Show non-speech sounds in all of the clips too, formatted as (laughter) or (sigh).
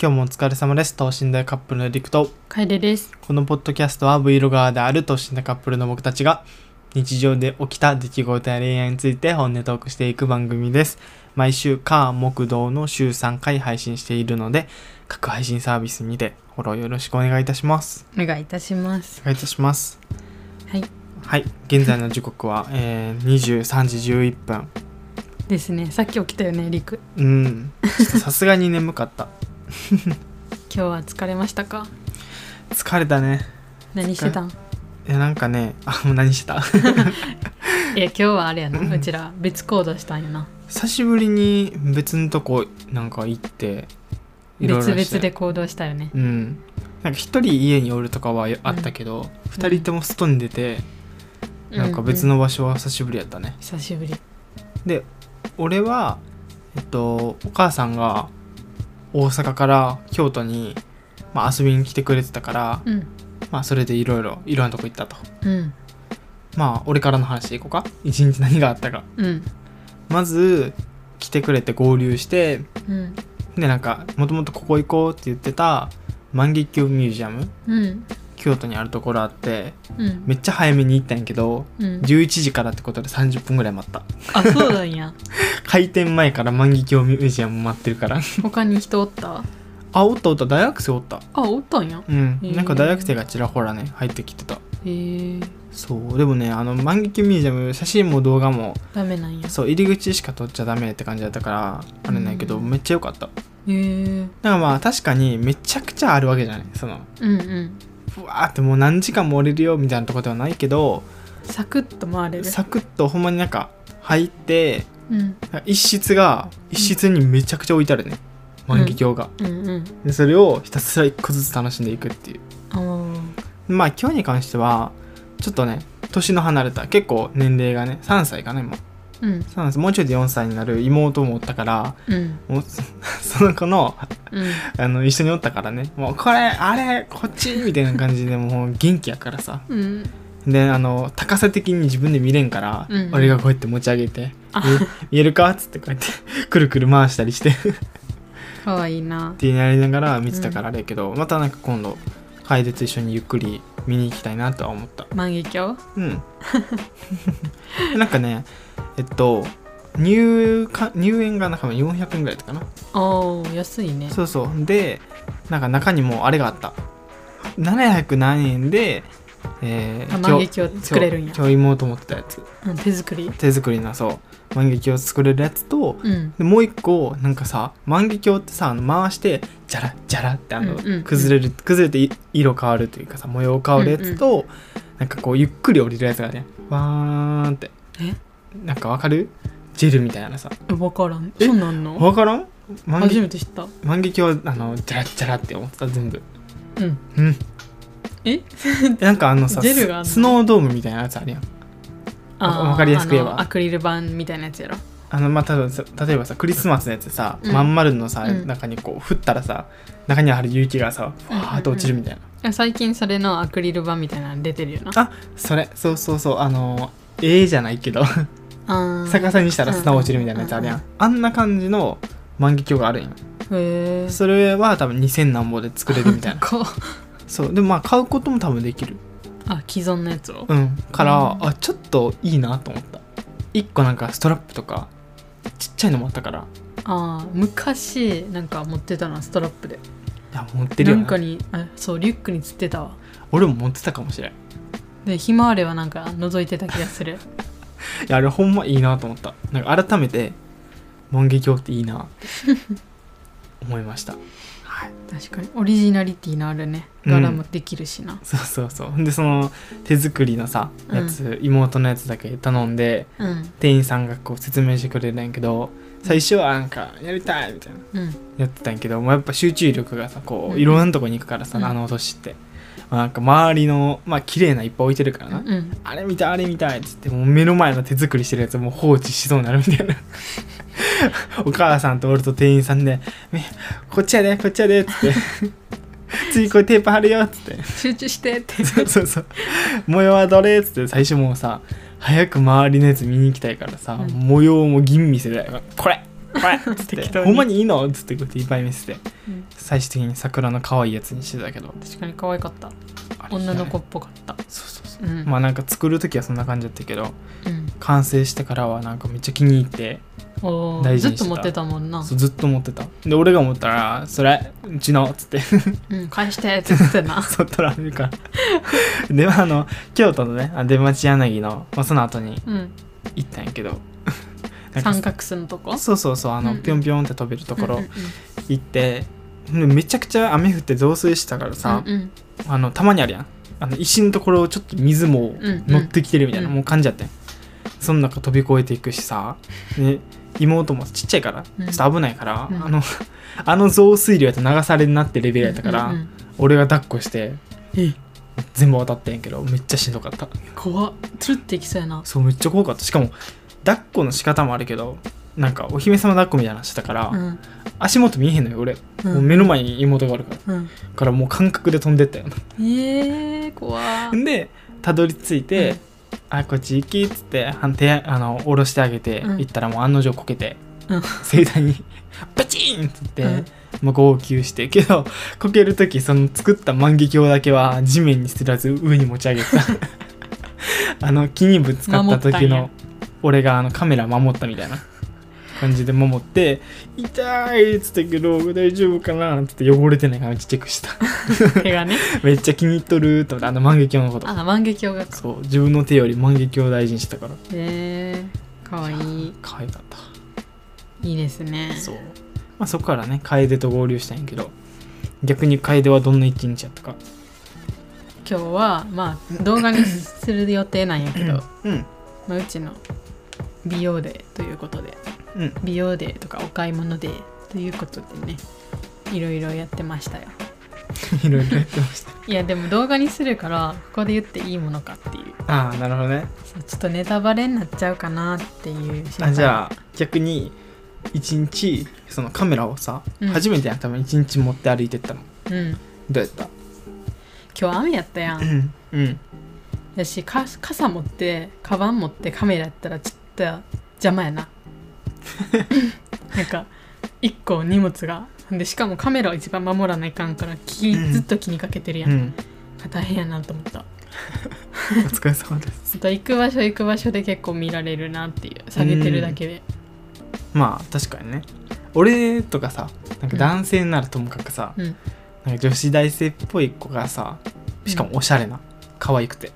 今日もお疲れ様です等身大カップルのリクと楓です。このポッドキャストは Vlogger である等身大カップルの僕たちが日常で起きた出来事や恋愛について本音トークしていく番組です毎週火木道の週3回配信しているので各配信サービスにてフォローよろしくお願いいたしますお願いいたしますお。願いいたしますはい。はい現在の時刻は、えー、23時11分ですね。さっき起きたよね、りく。うんちょっとさすがに眠かった今日は疲れましたか疲れたね何してたんいやなんかねあもう何してたいや、今日はあれやな。うちら別行動したんやな。久しぶりに別のとこなんか行っていろいろ別して々で行動したよね。うんなんか一人家におるとかはあったけど二、人とも外に出て、なんか別うんうん。の場所は久しぶりやったね、久しぶり。で俺はえっとお母さんが大阪から京都に、まあ、遊びに来てくれてたから、うん。まあ、それでいろいろいろんなとこ行ったとうん。まあ俺からの話でいこうか一日何があったかうん。まず来てくれて合流してうん。でなんかもともとここ行こうって言ってた万華鏡ミュージアムうん。京都にあるところあってうん。めっちゃ早めに行ったんやけどうん。 11時からってことで30分ぐらい待ったあ、そうなんや。開店前から万華鏡ミュージアム待ってるから他に人おったあおったおった大学生おったあ、おったんや。うんへーなんか大学生がちらほらね入ってきてたへえ。そうでもねあの万華鏡ミュージアム写真も動画もダメなんや。そう入り口しか撮っちゃダメって感じだったからあれなんやけどうんめっちゃ良かっただかへえ。らまあ確かにめちゃくちゃあるわけじゃないそのうんうん。ふわーってもう何時間も降りるよみたいなとこではないけどサクッと回れる。サクッとほんまになんか入ってうん。一室が一室にめちゃくちゃ置いてあるねうん万華鏡が、うんうん。でそれをひたすら一個ずつ楽しんでいくっていあーうまあ今日に関してはちょっとね年の離れた結構年齢がね3歳かな今うん。 3歳もうちょいで4歳になる妹もおったからうん。もう (laughs) その子のうん。あの一緒におったからねもうこれあれこっちみたいな感じでもう元気やからさうん。であの高さ的に自分で見れんから、うん俺がこうやって持ち上げてあ「見えるか?」っつってこうやって (laughs) くるくる回したりして (laughs) っかわいいな。てやりながら見てたからあれやけど、またなんか今度楓と一緒にゆっくり見に行きたいなとは思った万華鏡うん (laughs) なんかねえっと入か入園がなんか400円ぐらいだったかなおー安いねそうそうでなんか中にもあれがあった700何円で、えー、あ万華鏡作れるん今や日今日妹持ってたやつうん手作り手作りなそう万華鏡を作れるやつとうんでもう一個なんかさ万華鏡ってさあの回してジャラジャラってあの、うんうんうん崩れる崩れてい色変わるというかさ模様変わるやつと、なんかこうゆっくり降りるやつがねわーんってえなんかわかるジェルみたいなさえ分からんえそうなんのわからん万華初めて知った万華鏡はあのジャラジャラって思ってた全部うんうんえなんかあのさジェルがあんのススノードームみたいなやつあるやんあーわかりやすく言えばあのアクリル板みたいなやつやろあのまあ、たださ例えばさクリスマスのやつさ、うんまん丸のさ、うん中にこう振ったらさ中にある雪がさふわーっと落ちるみたいな、いや最近それのアクリル板みたいなの出てるよなあそれそうそうそうあのええじゃないけどあー逆さにしたら砂落ちるみたいなやつあるやん、うんあんな感じの万華鏡があるんやんへえそれは多分2000何本で作れるみたいなこそうでもまあ買うことも多分できるあ既存のやつをうんから、うんあちょっといいなと思った1個なんかストラップとかちっちゃいのもあったからああ昔なんか持ってたなストラップでいや持ってるよなんなかにあそうリュックにつってたわ俺も持ってたかもしれんいでひまわりはなんか覗いてた気がするやあれほんまいいなと思ったなんか改めて万華鏡っていいなって思いま (laughs) したはい (laughs) 確かにオリジナリティのあるねうん柄もできるしなそうそうそうでその手作りのさうんやつ、妹のやつだけ頼んでうん店員さんがこう説明してくれるんやけど最初はなんかやりたいみたいなうんやってたんやけど、まあ、やっぱ集中力がさこうんううんいろんなとこに行くからさ、うんあの年って、まあ、なんか周りのまあ綺麗ないっぱい置いてるからな、うんあれ見たいあれ見たいっつってもう目の前の手作りしてるやつもう放置しそうになるみたいなお母さんと俺と店員さんでめ「こっちやでこっちやで」っつって「次これテープ貼るよ」っつって集中してってそうそうそう模様はどれっつって最初もうさ早く周りのやつ見に行きたいからさ、うん模様も吟味するこれバ (laughs) ッつっ適て当「にほんまにいいの?」っつってこうやっていっぱい見せてうん最終的に桜の可愛いやつにしてたけど確かに可愛かった (laughs) あれ女の子っぽかったそうそうそううん、まあなんか作る時はそんな感じだったけどうん完成してからはなんかめっちゃ気に入っておー大事ずっにしたと持ってたもんなそうずっと持ってたで俺が持ったら「それうちの」っつって (laughs) うん返してって言ってたなそっとられるから (laughs) でまああの京都のねあ出町柳の、まあ、その後にうん行ったんやけど (laughs) なんか三角巣のとこそうそうそうあの、うんピョンピョンって飛べるとこうんろうん行って、でめちゃくちゃ雨降って増水したからさ、うんうんあのたまにあるやんあの石のところをちょっと水もうん乗ってきてるみたいな、うんもう感じやったんその中飛び越えていくしさで妹もちっちゃいからうんちょっと危ないから、うんあの (laughs) あの増水量やったら流されんなってレベルやったから、うんうん俺が抱っこしてえ全部渡ってんやけどめっちゃしんどかった怖っつるっていきそうやなそうめっちゃ怖かったしかも抱っこの仕方もあるけどなんかお姫様抱っこみたいなのしてたから、うん足元見えへんのよ俺、うんもう目の前に妹があるからうんからもう感覚で飛んでったよえー (laughs) 怖っでたどり着いて、うんあこっち行きっつってあの手あの下ろしてあげて、うん行ったらもう案の定こけて、うん盛大にバチーンっつって、うんもう号泣してけどこける時その作った万華鏡だけは地面に捨てらず上に持ち上げて (laughs) たあの木にぶつかった時守ったんのや俺があのカメラ守ったみたいな感じで守って「痛い!」っつったけど大丈夫かなっつって汚れてないかめっちゃチェック (laughs) した手がねめっちゃ気に入っとると思ってあの万華鏡のことあ万華鏡がそう自分の手より万華鏡を大事にしてたからえー、かわいい可愛かったいいですねそう、まあ、そこからね楓と合流したんやけど逆に楓はどんな一日やったか今日はまあ動画にする予定なんやけど、うん (laughs) まあ、うちの美容デーということでうん美容デーとかお買い物デーということでねいろいろやってましたよいろいろやってましたいやでも動画にするからここで言っていいものかっていうああなるほどねそうちょっとネタバレになっちゃうかなっていうあ心配じゃあ逆に一日そのカメラをさ、うん初めてやった分一日持って歩いてったのうんどうやった今日雨やったやんんうんやしか傘持ってカバン持ってカメラやったらちょっと邪魔 (laughs) やななんか一個荷物がでしかもカメラを一番守らないかんから気うんずっと気にかけてるや、うんん大変やなと思ったお疲れ様ですちょっと行く場所行く場所で結構見られるなっていう下げてるだけでまあ確かにね俺とかさなんか男性ならともかくさ、うんなんか女子大生っぽい子がさしかもおしゃれな可愛くて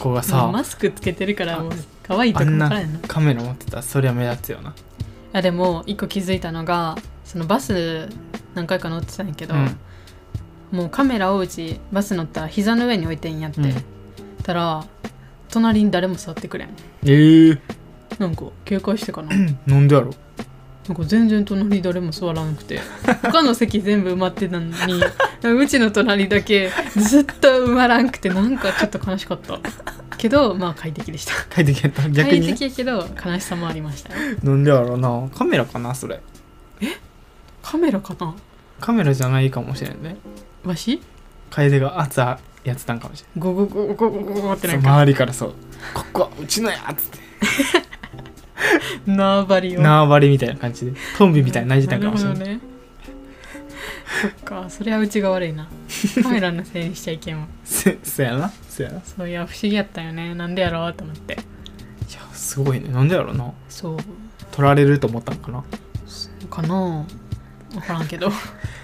子が (laughs) もうさマスクつけてるからもう可愛いとあこんからなやなカメラ持ってたらそりゃ目立つよなあでも一個気づいたのがそのバス何回か乗ってたんやけど、うんもうカメラをうちバス乗ったら膝の上に置いてんやって、うんたら隣に誰も座ってくれんえー、なんか警戒してかななん (laughs) でやろなんか全然隣誰も座らなくて他の席全部埋まってたのにうちの隣だけずっと埋まらんくてなんかちょっと悲しかったけどまあ快適でした書いてきやった逆に快適やけど悲しさもありましたよなんでやろなカメラかなそれカメラかなカメラじゃないかもしれんねわし楓が熱やってたんかもしゴゴゴゴゴゴゴってれないなんか周りからそう「ここはうちのや!」っつって縄張りを縄張りみたいな感じでトンビみたいに泣いてたんかもしれないなるほどねそっかそれはうちが悪いなカメラのせいにしちゃいけんわせそやなそやないそういや不思議やったよねなんでやろうと思ってやすごいねなんでやろなそう撮られると思ったんかなかな分からんけどい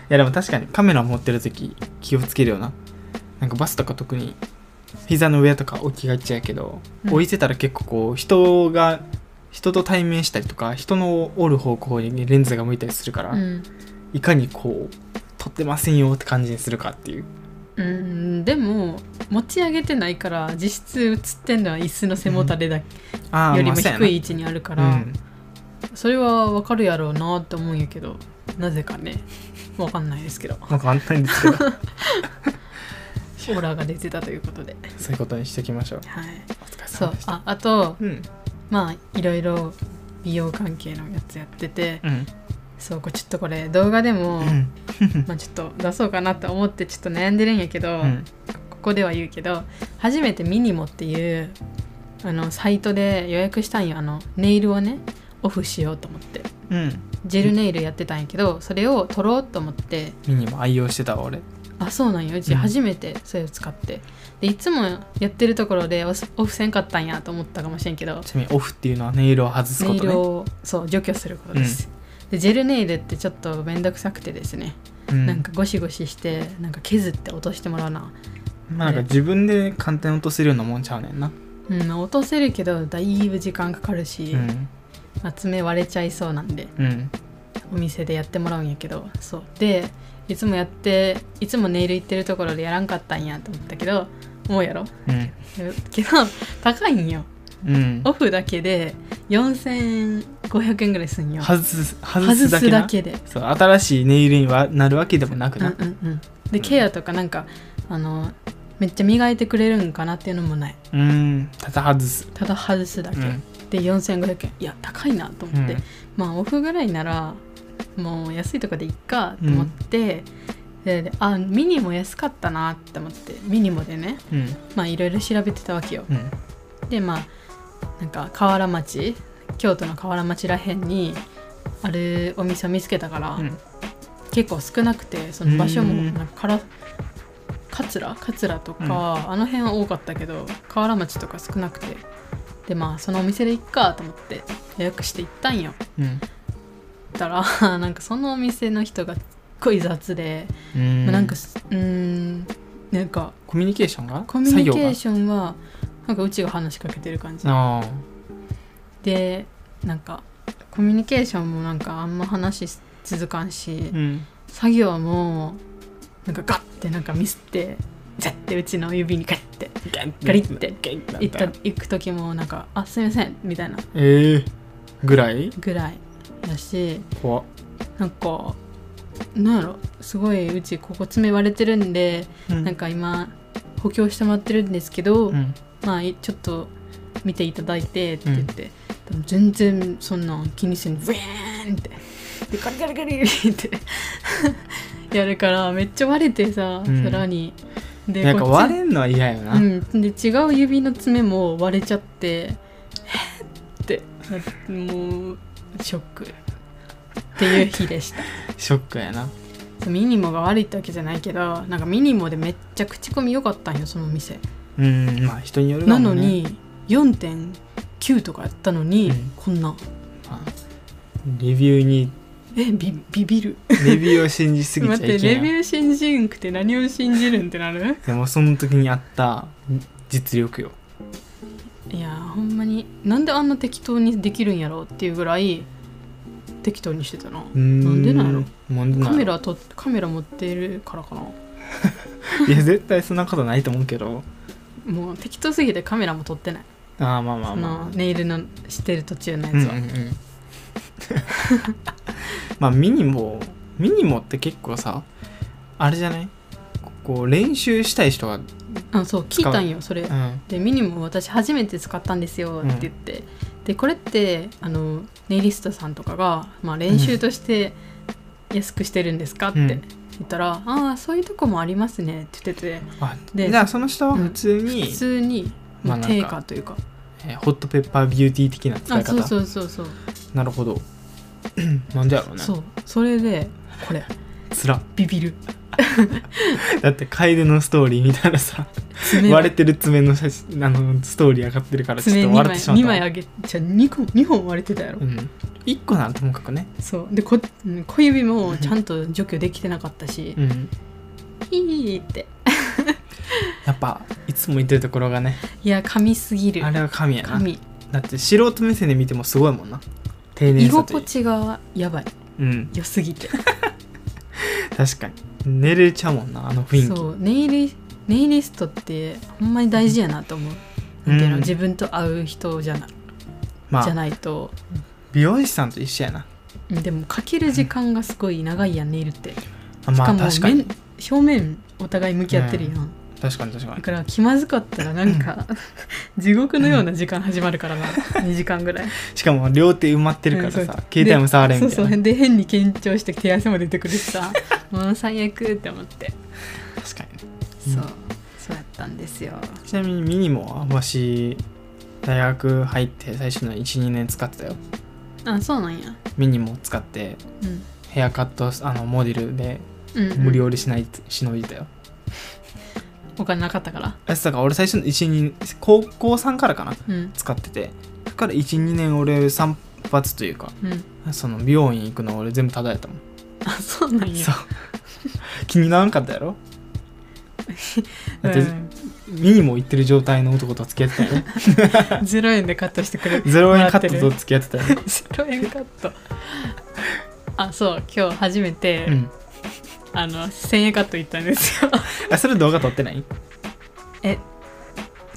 やでも確かにカメラ持ってる時気をつけるよななんかバスとか特に膝の上とか置きがちやけど、うん置いてたら結構こう人が人と対面したりとか人のおる方向にレンズが向いたりするから、うん、いかにこう撮ってませんよって感じにするかっていううん、でも持ち上げてないから実質映ってんのは椅子の背もたれだよありもそうやな低い位置にあるから、うん、それは分かるやろうなって思うんやけどなぜかね (laughs) 分かんないですけどなんかあんないんです (laughs) けどオーラが出てたということで、そういうことにしておきましょうはい、お疲れそ様うでしたああとうんまあいろいろ美容関係のやつやっててうんそうこれちょっとこれ動画でも、うんまあ、ちょっと出そうかなと思ってちょっと悩んでるんやけど、うんここでは言うけど初めてミニモっていうあのサイトで予約したんよあのネイルをねオフしようと思ってうんジェルネイルやってたんやけどそれを取ろうと思ってミニも愛用してたわ俺あそうなんよううちん初めてそれを使ってでいつもやってるところでオスオフせんかったんやと思ったかもしれんけどちなみにオフっていうのはネイルを外すこネイとルねをそう除去することです、でジェルネイルってちょっと面倒くさくてですね、うんなんかゴシゴシしてなんか削って落としてもらうなまあなんか自分で簡単に落とせるようなもんちゃうねんなうん落とせるけどだいぶ時間かかるし、うんまあ爪割れちゃいそうなんでうんお店でやってもらうんやけどそうでいつもやっていつもネイル行ってるところでやらんかったんやと思ったけどもうやろうんけど高いんようんオフだけで4500円ぐらいすんよ外す外外すすだけなだけでそう新しいネイルにはなるわけでもなくうんうな、んうんでケアとかなんかあのめっちゃ磨いてくれるんかなっていうのもないうん、ただ外す。ただ外すだけ、うんで4500円いや高いなと思って、うんまあオフぐらいならもう安いとかでいっかと思って、でであミニも安かったなって思ってミニもでねうん、まあいろいろ調べてたわけようん、でまあなんか河原町京都の河原町らへんにあるお店を見つけたから、うん結構少なくてその場所もうんなんかから桂桂とか、あの辺は多かったけど河原町とか少なくてでまあそのお店で行っかと思って予約して行ったんようん、行ったら (laughs) なんかそのお店の人がすっごい雑で、うん。なんかすうーんなんかコミュニケーションがコミュニケーョションはなんかうちが話しかけてる感じああ、でなんかコミュニケーションもなんかあんま話し続かんし、うん、作業もなんかガッてなんかミスってジャッてうちの指にガッてガリッてい行った行く時もなんか「あすいません」みたいなええぐらいぐらいやし怖っなんかなんやろすごいうちここ爪割れてるんでうんなんか今補強してもらってるんですけど、うん、まあいちょっと見ていただいてって言って、でも全然そんなん気にせんブエーンってでガリガリガリガリってやるからめっちゃ割れてさ、うんさらにでなんかこっち割れんのは嫌よな、うん、で違う指の爪も割れちゃってえっってもうショックっていう日でした (laughs) ショックやなそうミニモが悪いってわけじゃないけどなんかミニモでめっちゃ口コミ良かったんよその店うんまあ人によるだなものんね、に4.9とかやったのに、うんこんなまあレビューにえビビビるレビューを信じすぎちゃい (laughs) 待けってないレビュー信じんくて何を信じるんってなるでもその時にあった実力よいやーほんまになんであんな適当にできるんやろうっていうぐらい適当にしてたななんでなんやろなんでなんやろカメラとカメラ持ってるからかないや絶対そんなことないと思うけどもう適当すぎてカメラも撮ってないああまあまあそまあのネイルのしてる途中のやうんつうんは、うん、 (laughs) まあミニモミニモって結構さあれじゃないこう練習したい人が、うあそう聞いたんよそれん、でミニも私初めて使ったんですよって言って、でこれってあのネイリストさんとかが、まあ、練習として安くしてるんですかってうん言ったら、ああそういうとこもありますねって言っててあでじゃあその人は普通に、普通にまあなんか定価というか,、えーホットペッパービューティー的な使いあ、方そうそうそうそう、なるほど (clears throat) なんでやろうねそうそれでこれつらビビるだって楓のストーリー見たらさ爪割れてる爪の写真あのストーリー上がってるからちょっ爪と2笑枚ってしまった二枚あげじゃあ2個二本割れてたやろ、うん、1個ならともかくねそうでこうん小指もちゃんと除去できてなかったしう、んいいってやっぱいつも言ってるところがねいや噛みすぎるあれは神やな噛みだって素人目線で見てもすごいもんな丁寧居さとい心う地がやばいうん良すぎて確かに寝れちゃうもんなあの雰囲気そうネイリネイリストってほんまに大事やなと思う、うんなんていうの自分と合う人じゃな,、まじゃあないと美容師さんと一緒やなうんでもかける時間がすごい長いやんネイルって、あまあし確かかもに面正面お互い向き合ってるやん、確かに確かだにから気まずかったらなんか (laughs) 地獄のような時間始まるからな2時間ぐらいしかも両手埋まってるからさ、うんそう携帯も触れんみたいなそうそうで変に緊張して手汗も出てくるし (laughs) さもう最悪って思って、確かにねうんそうそうやったんですよちなみにミニもわし大学入って最初の12年使ってたよあそうなんやミニも使ってうんヘアカットあのモデルでうんうん無料でしない、しのいでたよお金なかったからあいつだから俺最初の12高校3からかなうん使っててだから12年俺散髪というかうんその美容院行くの俺全部ただやったもんあそうなんやそう気にならんかったや (laughs) ろだってうんミニも行ってる状態の男と付き合ってた (laughs) よ0円でカットしてくれる0円カットと付き合ってたよ、 0円カットあそう今日初めて、うん、あの1000円カット行ったんで (laughs) すよあそれ動画撮ってない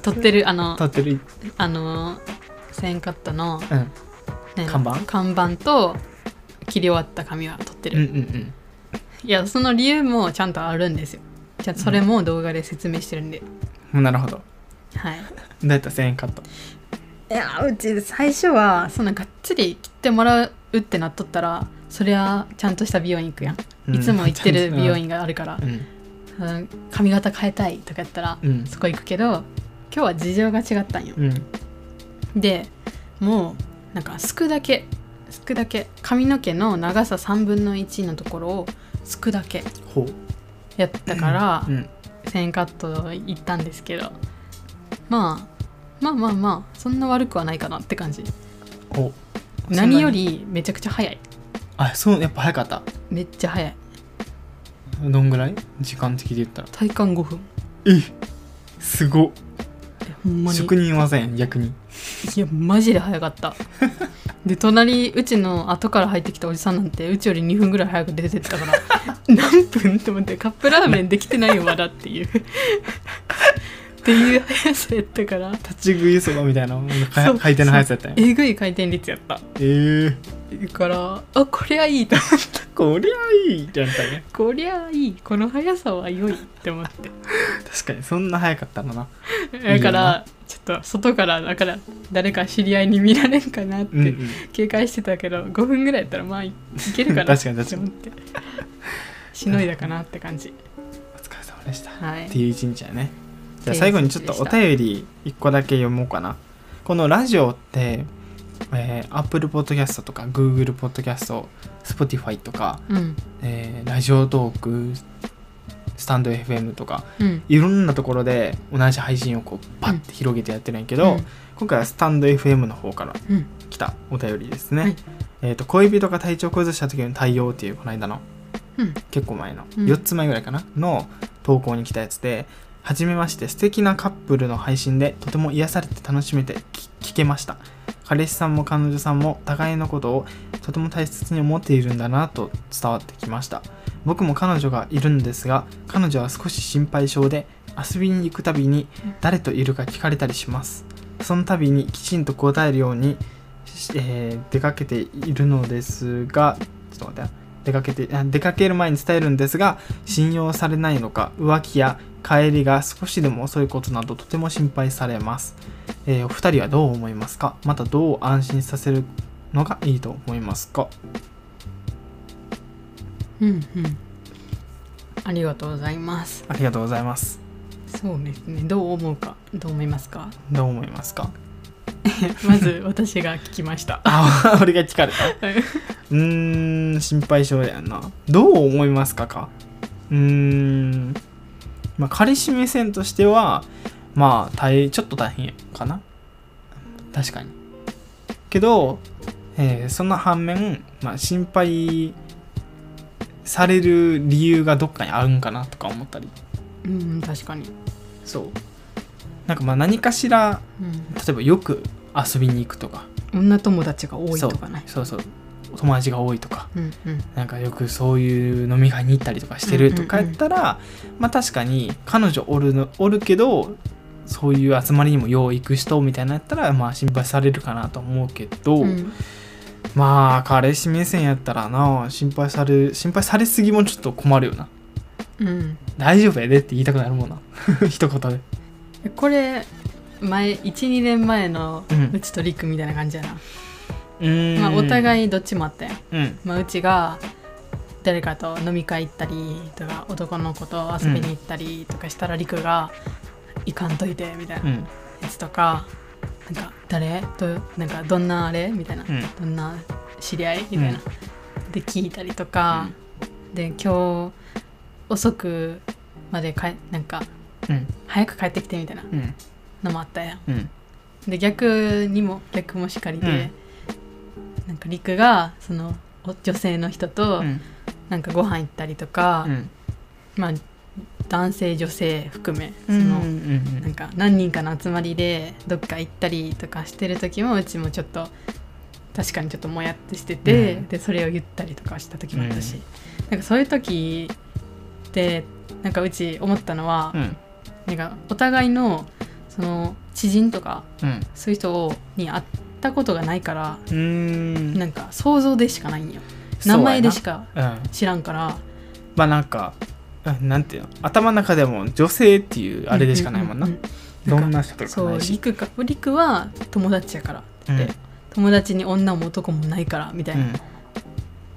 撮ってるあの撮ってるあの1000円カットの、うん何看板看板と切り終わった髪は撮ってうんうる、んいやその理由もちゃんとあるんですよじゃあそれも動画で説明してるんで、うんなるほどどはいうやった1000円カットいやうち最初はそんながっつり切ってもらうってなっとったらそりゃちゃんとした美容院行くやん、うんいつも行ってる美容院があるからう、んうん髪型変えたいとかやったら、うんそこ行くけど今日は事情が違ったんようんでもうなんかすくだけすくだけ髪の毛の長さ3分の1のところをすくだけほうやったからうん1000円カット行ったんですけど、まあ、まあまあまあそんな悪くはないかなって感じほう何よそんなにりめちゃくちゃ早いあそうやっぱ早かっためっちゃ早いどんぐらい時間的で言ったら体感5分えすごっえほんまに職人技やん逆にいやマジで早かった (laughs) で隣うちの後から入ってきたおじさんなんてうちより2分ぐらい早く出てったから (laughs) 何分って思ってカップラーメンできてないよまだっていうっていう速さやったから立ち食いそばみたいなか (laughs) そう回転の速さやったんやえぐい回転率やったえー、だからあこりゃいいとこりゃいいってやったんやこりゃいいこの速さは良いって思って確かにそんな早かったんだなだからちょっと外からだから誰か知り合いに見られんかなっうん、うてん、警戒してたけど5分ぐらいやったらまあいけるかな確かに確かにって思ってしのいだかなって感じお疲れ様でしたはいっていう一日やねじゃあってい最う一日後にちょっとでしおた便り一個だけ読もうかなこのラジオって、えー、Apple Podcast とか Google Podcast Spotify とか、うんえーラジオトークスタンド FM とかうんいろんなところで同じ配信をこうパッて広げてやってるんやけど、今回はスタンド FM の方からうん来たお便りですね、はいえっと恋人が体調崩した時の対応っていうこの間の、うん結構前の、うん4つ前ぐらいかなの投稿に来たやつで「はじめまして素敵なカップルの配信でとても癒されて楽しめてき聞けました」彼氏さんも彼女さんも互いのことをとても大切に思っているんだなと伝わってきました僕も彼女がいるんですが彼女は少し心配性で遊びに行くたびに誰といるか聞かれたりしますその度にきちんと答えるように、しえー出かけているのですがちょっと待ってな出かけてあ出かける前に伝えるんですが信用されないのか浮気や帰りが少しでも遅いことなどとても心配されます、えーお二人はどう思いますかまたどう安心させるのがいいと思いますかうんうんありがとうございますありがとうございますそうですねどう思うかどう思いますかどう思いますかまず私が聞きま (laughs) したあ俺が聞かれたはいうーん心配性だよなどう思いますかかうーんまあ彼氏目線としてはまあ大ちょっと大変かな確かにけど、えーその反面、まあ、心配される理由がどっかにあるんかなとか思ったりうん確かにそうなんかまあ何かしらうん例えばよく遊びに行くとか女友達が多いとかないそうそう友達が多いとかうんうんなんかよくそういう飲み会に行ったりとかしてるとかやったら、まあ確かに彼女おるのおるけどそういう集まりにもよう行く人みたいなやったらまあ心配されるかなと思うけど、うんまあ彼氏目線やったらな心配され心配されすぎもちょっと困るよなうん大丈夫やでって言いたくなる (laughs) もんな一言でこれ前12年前のうんうちとりくみたいな感じやな、うーんまあ、おい互いどっちもあったやんうんまあ、うちが誰かと飲み会行ったりとか男の子と遊びに行ったりとかしたらりくが「行かんといて」みたいなうんやつとか「なんか誰となんかどんなあれ?」みたいなうん「どんな知り合いみたいな、で聞いたりとか、で今日遅くまで帰なんかうん早く帰ってきてみたいなうんのもあったやんうんで逆にも逆もしかりで、なんか陸がそのお女性の人とうんなんかご飯行ったりとか、うんまあ男性女性含めそうんうんの、うんなんか何人かの集まりでどっか行ったりとかしてる時もうちもちょっと確かにちょっともやってしてて、うんでそれを言ったりとかした時もあったし、なんかそういう時ってなんかうち思ったのは、うんなんかお互いのその知人とかうんそういう人に会ったことがないからうーんなんか想像でしかないんよ名前でしかかうん知らんからまあなんかうんなんていうの頭の中でも女性っていうあれでしかないもんなうううどんな人とかそなういし陸か陸は友達やからうんって友達に女も男もないからみたいな、うん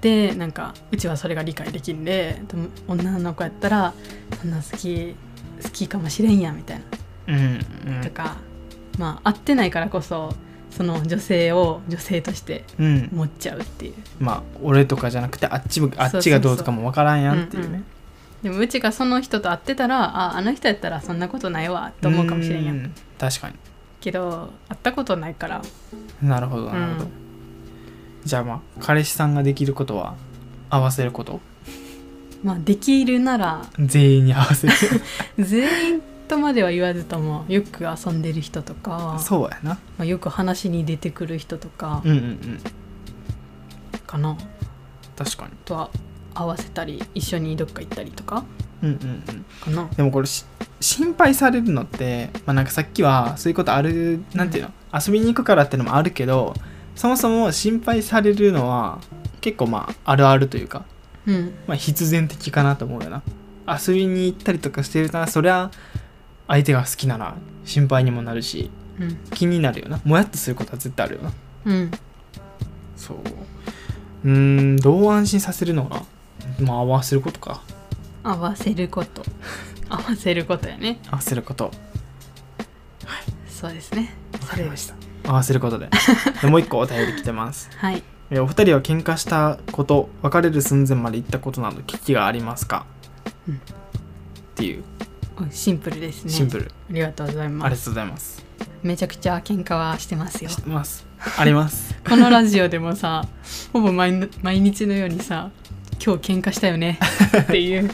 でなんかうちはそれが理解できんででも女の子やったらそんな好き好きかもしれんやみたいうなんうんとか、まあ会ってないからこそその女性を女性としてうん持っちゃうっていうまあ俺とかじゃなくてあっちもあっちがどうとかもわからんやんっていうねでもうちがその人と会ってたらああの人やったらそんなことないわと思うかもしれんやんう確かけど会ったことないからになるほどなるほど、うんじゃあまあ彼氏さんができることは合わせることまあできるなら全員に合わせる全員とまでは言わずともよく遊んでる人とか、そうやなまあ、よく話に出てくる人とかうんうんうんかな、確かにあとは合わせたり一緒にどっか行ったりとかうんうんうんかなでもこれし心配されるのって、まあ、なんかさっきはそういうことあるなんていうの遊びに行くからってのもあるけどそもそも心配されるのは結構まああるあるというか、うんまあ、必然的かなと思うよな遊びに行ったりとかしてるならそりゃ相手が好きなら心配にもなるしうん気になるよなもやっとすることは絶対あるよなうんそううーんどう安心させるのかなまあ合わせることか合わせること (laughs) 合わせることやね合わせることそうですねわかりました合わせることででもう一個お便り来てますはいえお二人は喧嘩したこと別れる寸前まで行ったことなど危機がありますか、うんっていうおシンプルですねシンプル、ありがとうございありまがすとうございますめちゃくちゃ喧嘩はしてますよ知ってます (laughs) ありますこのラジオでもさほぼ毎日毎日のようにさ「今日喧嘩したよね」っていう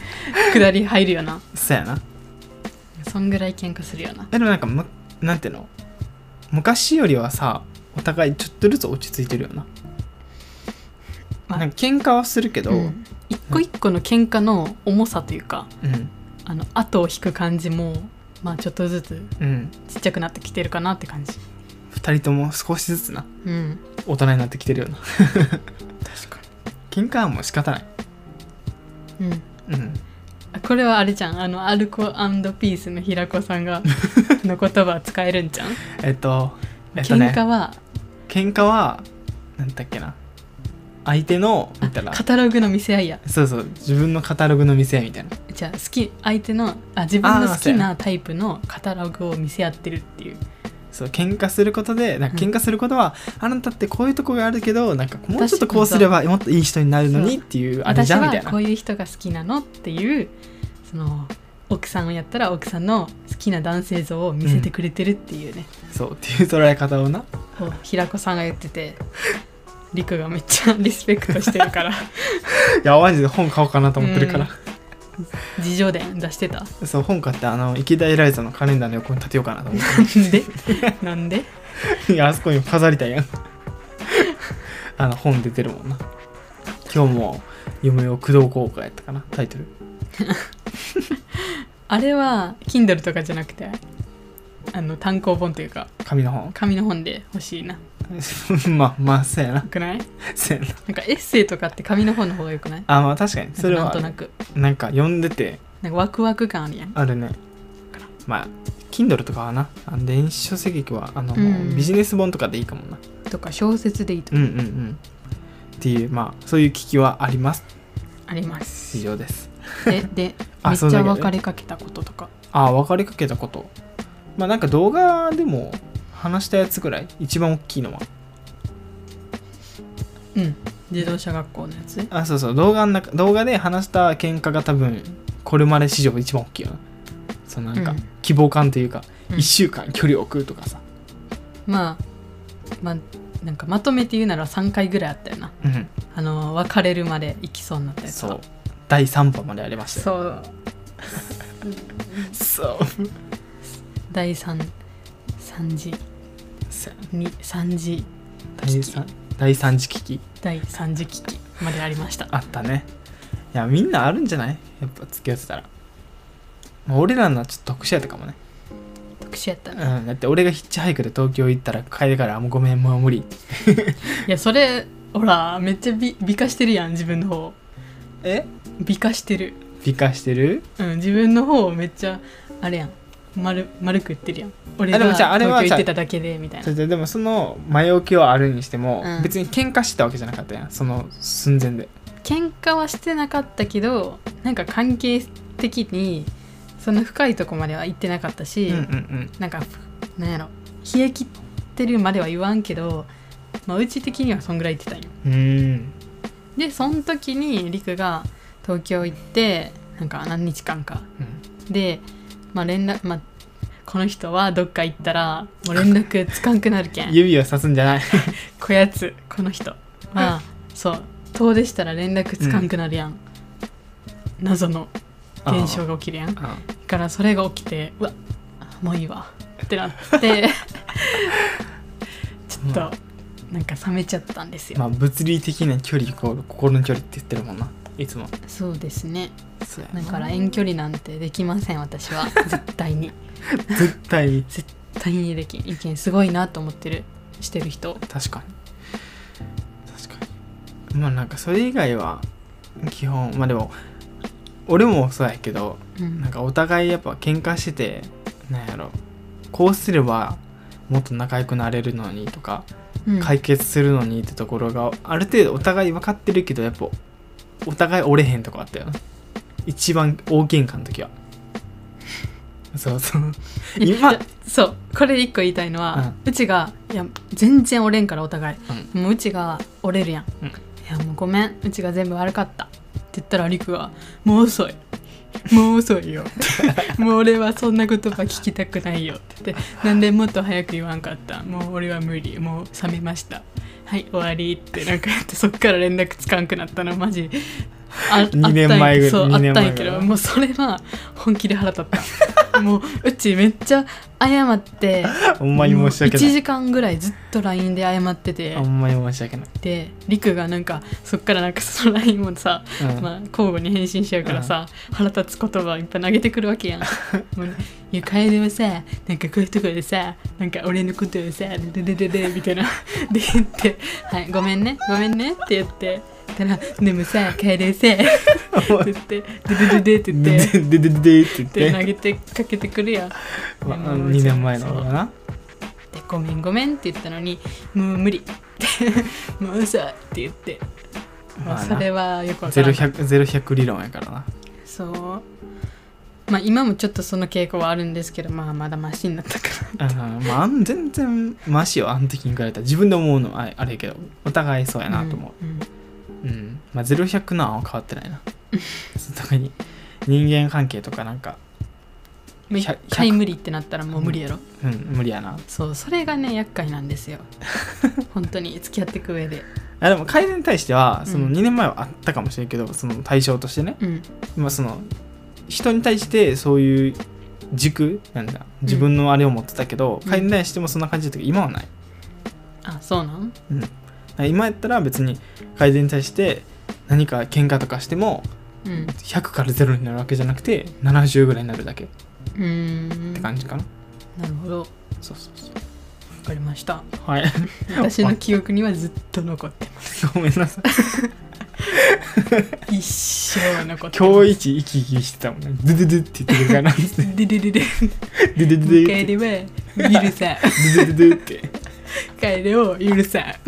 くだり入るよなそうやなそんぐらい喧嘩するよなえでもなんかむなんていうの昔よりはさお互いちょっとずつ落ち着いてるよな,、まあなんか喧嘩はするけど、うん一個一個の喧嘩の重さというかうんあの後を引く感じもまあちょっとずつうん、ちっちゃくなってきてるかなって感じ2人とも少しずつなうん大人になってきてるよな確か (laughs) に喧嘩はもう仕方ないううんんあこれはあれじゃんあのアルコピースの平子さんがの言葉使えるんじゃん、えっとえっと喧ね嘩は喧嘩はなんだっけな相手のみたいなカタログの見せ合いやそうそう自分のカタログの店みたいなじゃあ好き相手のあ自分の好きなタイプのカタログを見せ合ってるっていうそう喧嘩することでなんかうん喧嘩することは、あなたってこういうとこがあるけどなんかもうちょっ私ともこうすればもっといい人になるのにっていうあれ私じゃんみたはいなこういう人が好きなのっていうその奥さんをやったら奥さんの好きな男性像を見せてくれてるっていうね、そうっていう捉え方をなこう平子さんが言っててりくがめっちゃリスペクトしてるから (laughs) いやマジで本買おうかなと思ってるから、自情伝出してたそう本買ってあの池田エライザのカレンダーの横に立てようかなと思ってで (laughs) なんでいやあそこにも飾りたいやんあの本出てるもんな今日も夢を工藤公開やったかなタイトルあれは Kindle とかじゃなくてあの単行本というか紙の本紙の本で欲しいな (laughs) まあまあそうやなよくないなそうやなんかエッセイとかって紙の本の方がよくないあまあ確かにそれなんはかなんとなくなんか読んでてなんかワクワク感あるやんあるねまあ Kindle とかはなあの電子書籍はあの、もううんビジネス本とかでいいかもなとか小説でいいとうんうんうんっていうまあそういう危機はありますあります以上ですでであめっちそうだゃけどね別れかけたこととかああ別れかけたことまあなんか動画でも話したやつぐらい一番大きいのはうん自動車学校のやつあそうそう動画の中動画で話した喧嘩が多分これまで史上一番大きいよなそのなんか、うん希望感というか、うん1週間距離を置くとかさ、まあまあなんかまとめて言うなら3回ぐらいあったよなうん、あの別れるまで行きそうになったやつそう第3波までありましたよそうそう第3三次そうに三次第3第3次危機第3次危機までありましたあったねいやみんなあるんじゃないやっぱ付き合ってたら、まあ、俺らのはちょっと特殊やったかもね、特殊やったうねん、だって俺がヒッチハイクで東京行ったら帰りから「もうごめんもう無理」いやそれほらめっちゃ美美化してるやん自分の方え美化してる美化してるうん自分の方をめっちゃあれやん丸丸く言ってるやん俺があでもじゃああ東れは京行ってただけでみたいそなれででもその前置きはあるにしても、うん別に喧嘩してたわけじゃなかったやんその寸前で喧嘩はしてなかったけどなんか関係的にそんな深いとこまでは行ってなかったし、うんうんうんなんかなんやろ冷え切ってるまでは言わんけど、まあ、うち的にはそんぐらい行ってたんようーんでその時にりくが東京行ってなんか何日間かで、まあ、連絡、まあ、この人はどっか行ったらもう連絡つかんくなる (laughs) けん指をさすんじゃないこやつこの人はそう遠出したら連絡つかんくなるやん、謎の現象が起きるやんだあからそれが起きてうわもういいわってなって (laughs) ちょっと、なんか冷めちゃったんですーよ、まあ物理的な距離イコール心の距離って言ってるもんないつもそうですねそうやだなから遠距離なんてできません私 (laughs) は絶対に絶対に絶対にできん意見すごいなと思ってるしてる人確かに確かにまあなんかそれ以外は基本まあでも俺もそうやけどうんなんかお互いやっぱ喧嘩しててなんやろこうすればもっと仲良くなれるのにとかうん解決するのにってところがある程度お互い分かってるけどやっぱお互い折れへんとこあったよな一番大喧嘩の時はそうそう今いやそうこれ一個言いたいのは、うちがいや全然折れんからお互い、もううちが折れるやん、うんいやもうごめんうちが全部悪かったって言ったらりくが「もう遅いもう遅いよ」 (laughs) もう俺はそんな言葉聞きたくないよ」って言って「なんでもっと早く言わんかったもう俺は無理もう冷めましたはい終わり」ってなんかやってそっから連絡つかんくなったのマジあ二年前ぐらいあったんや二けどそうあっ年たん前やぐけらいどもうそれは本気で腹立ったもううちめっちゃ謝ってほんまに申し訳もう1ない時間ぐらいずっと LINE で謝っててほんまに申し訳ない、でりくがなんかそっからなんかその LINE もさ、うんまあ、交互に返信しちゃうからさ、腹立つ言葉いっぱい投げてくるわけやんもういや楓はさなんかこういうところでさなんか俺のことをさ「でででで」みたいなで言って「はいごめんねごめんね」って言ってたら「でもさ楓さ」って言って「でででで」って言って。ででででって言っって投て、げてかけてくるやん。でまあ、もう2年前の方そかうなでごめんごめんって言ったのにもう無理ってもう嘘って言って、まあ、それはよくわからない。 0100理論やからなそうまあ今もちょっとその傾向はあるんですけどまあまだマシになったからうんまああん全然マシよあの時に比べたら自分で思うのはああれやけどお互いそうやなと思う、うんうんまあ0100のは変わってないな特に人間関係とかなんか、うん、ひゃ1回無理ってなったらもう無理やろ、うん、無理やなそうそれがね厄介な (laughs) んですよ本当に付き合っていく上であでも改善に対してはそのうん2年前はあったかもしれんけど、その対象としてねうんまあその人に対してそういう軸なんだ自分のあれを持ってたけど、うん改善に対してもそんな感じだったけど今はないあそうなん今やったら別に改善に対して何か喧嘩とかしてもうんう100から0になるわけじゃなくて70ぐらいになるだけっーんてな感じかな、るほどわそうそうそうかりましたはい私の記憶にはずっと残ってま (laughs) ごめんなさいす一生残って今ます日一息息してたもんねドゥドゥドゥって言ってるからなんつってででででドゥドゥドゥドゥ帰ってれは許 (laughs) さんドゥドゥドゥドゥって帰れを許さん (laughs)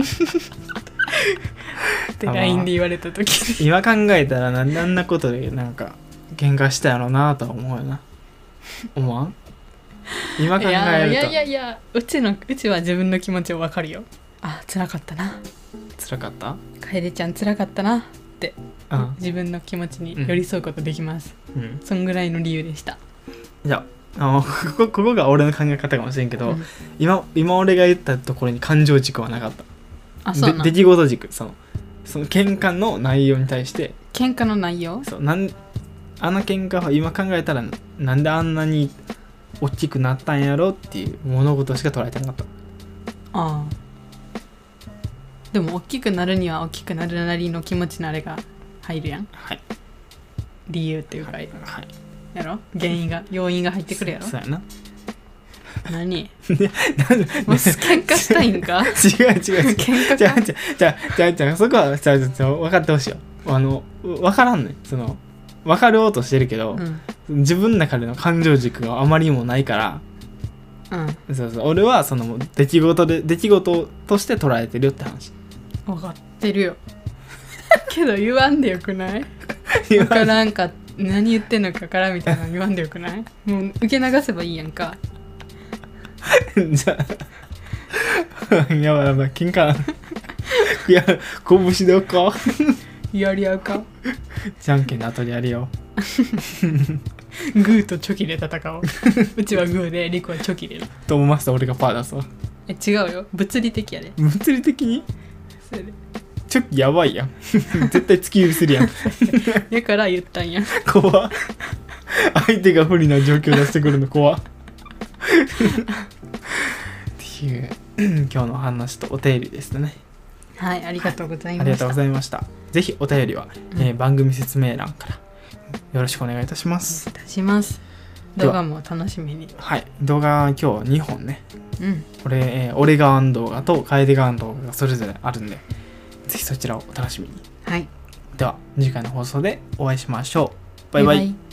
ってあまあ LINE で言われた時に今考えたらなんであんなことでなんか喧嘩したやろうなとは思うよな思わん今い考やえいるやといやいやうちのうちは自分の気持ちを分かるよあ辛かったな辛かった楓ちゃん辛かったなって、うん、自分の気持ちに寄り添うことできます、うん、そんぐらいの理由でしたいやあのここここが俺の考え方かもしれんけど、うん今今俺が言ったところに感情軸はなかったあそうなで出来事軸そのその喧嘩の内容に対して喧嘩の内容そうなんあの喧嘩は今考えたらなんであんなに大きくなったんやろっていう物事しか捉えてなかったああでも大きくなるには大きくなるなりの気持ちのあれが入るやんはい理由っていうかやはいろ原因が要因が入ってくるやろそうやな (laughs) (laughs) 何なんでもう喧嘩したいんか違う違う違う (laughs) 喧 (laughs) 嘩じゃかあじゃあじゃあじゃあじゃあそこはじゃあじゃあじゃあ分かってほしいよあのう分からんねんその分かろうとしてるけどう、ん自分の中での感情軸があまりにもないからうんそうそう俺はそのもう出来事で出来事として捉えてるよって話 (laughs) 分かってるよけど言わんでよく (laughs) ない分からんか何言ってんのか分からんみたいなの言わんでよくないもう受け流せばいいやんかじゃあ (laughs) やばいやばい喧嘩 (laughs) いや拳でおこうやり合うかじゃんけんの後でやるよグーとチョキで戦 (laughs) おううちはグーでリコはチョキでと思いますと俺がパー出すわえ違うよ物理的やで物理的にそれでチョキやばいやん (laughs) 絶対突き指するやんだから言ったんや怖っ相手が不利な状況出してくるの怖っっていう今日の話とお便りですねはいありがとうございあまりがしとうたございましたぜひお便りは、えーうん番組説明欄からよろしくお願いいたしますいたしますで動は画も楽しみにはい動画今日2本ねうん俺、えー、俺側の動画と楓側の動画がそれぞれあるんでぜひそちらをお楽しみにはいでは次回の放送でお会いしましょうバイバイ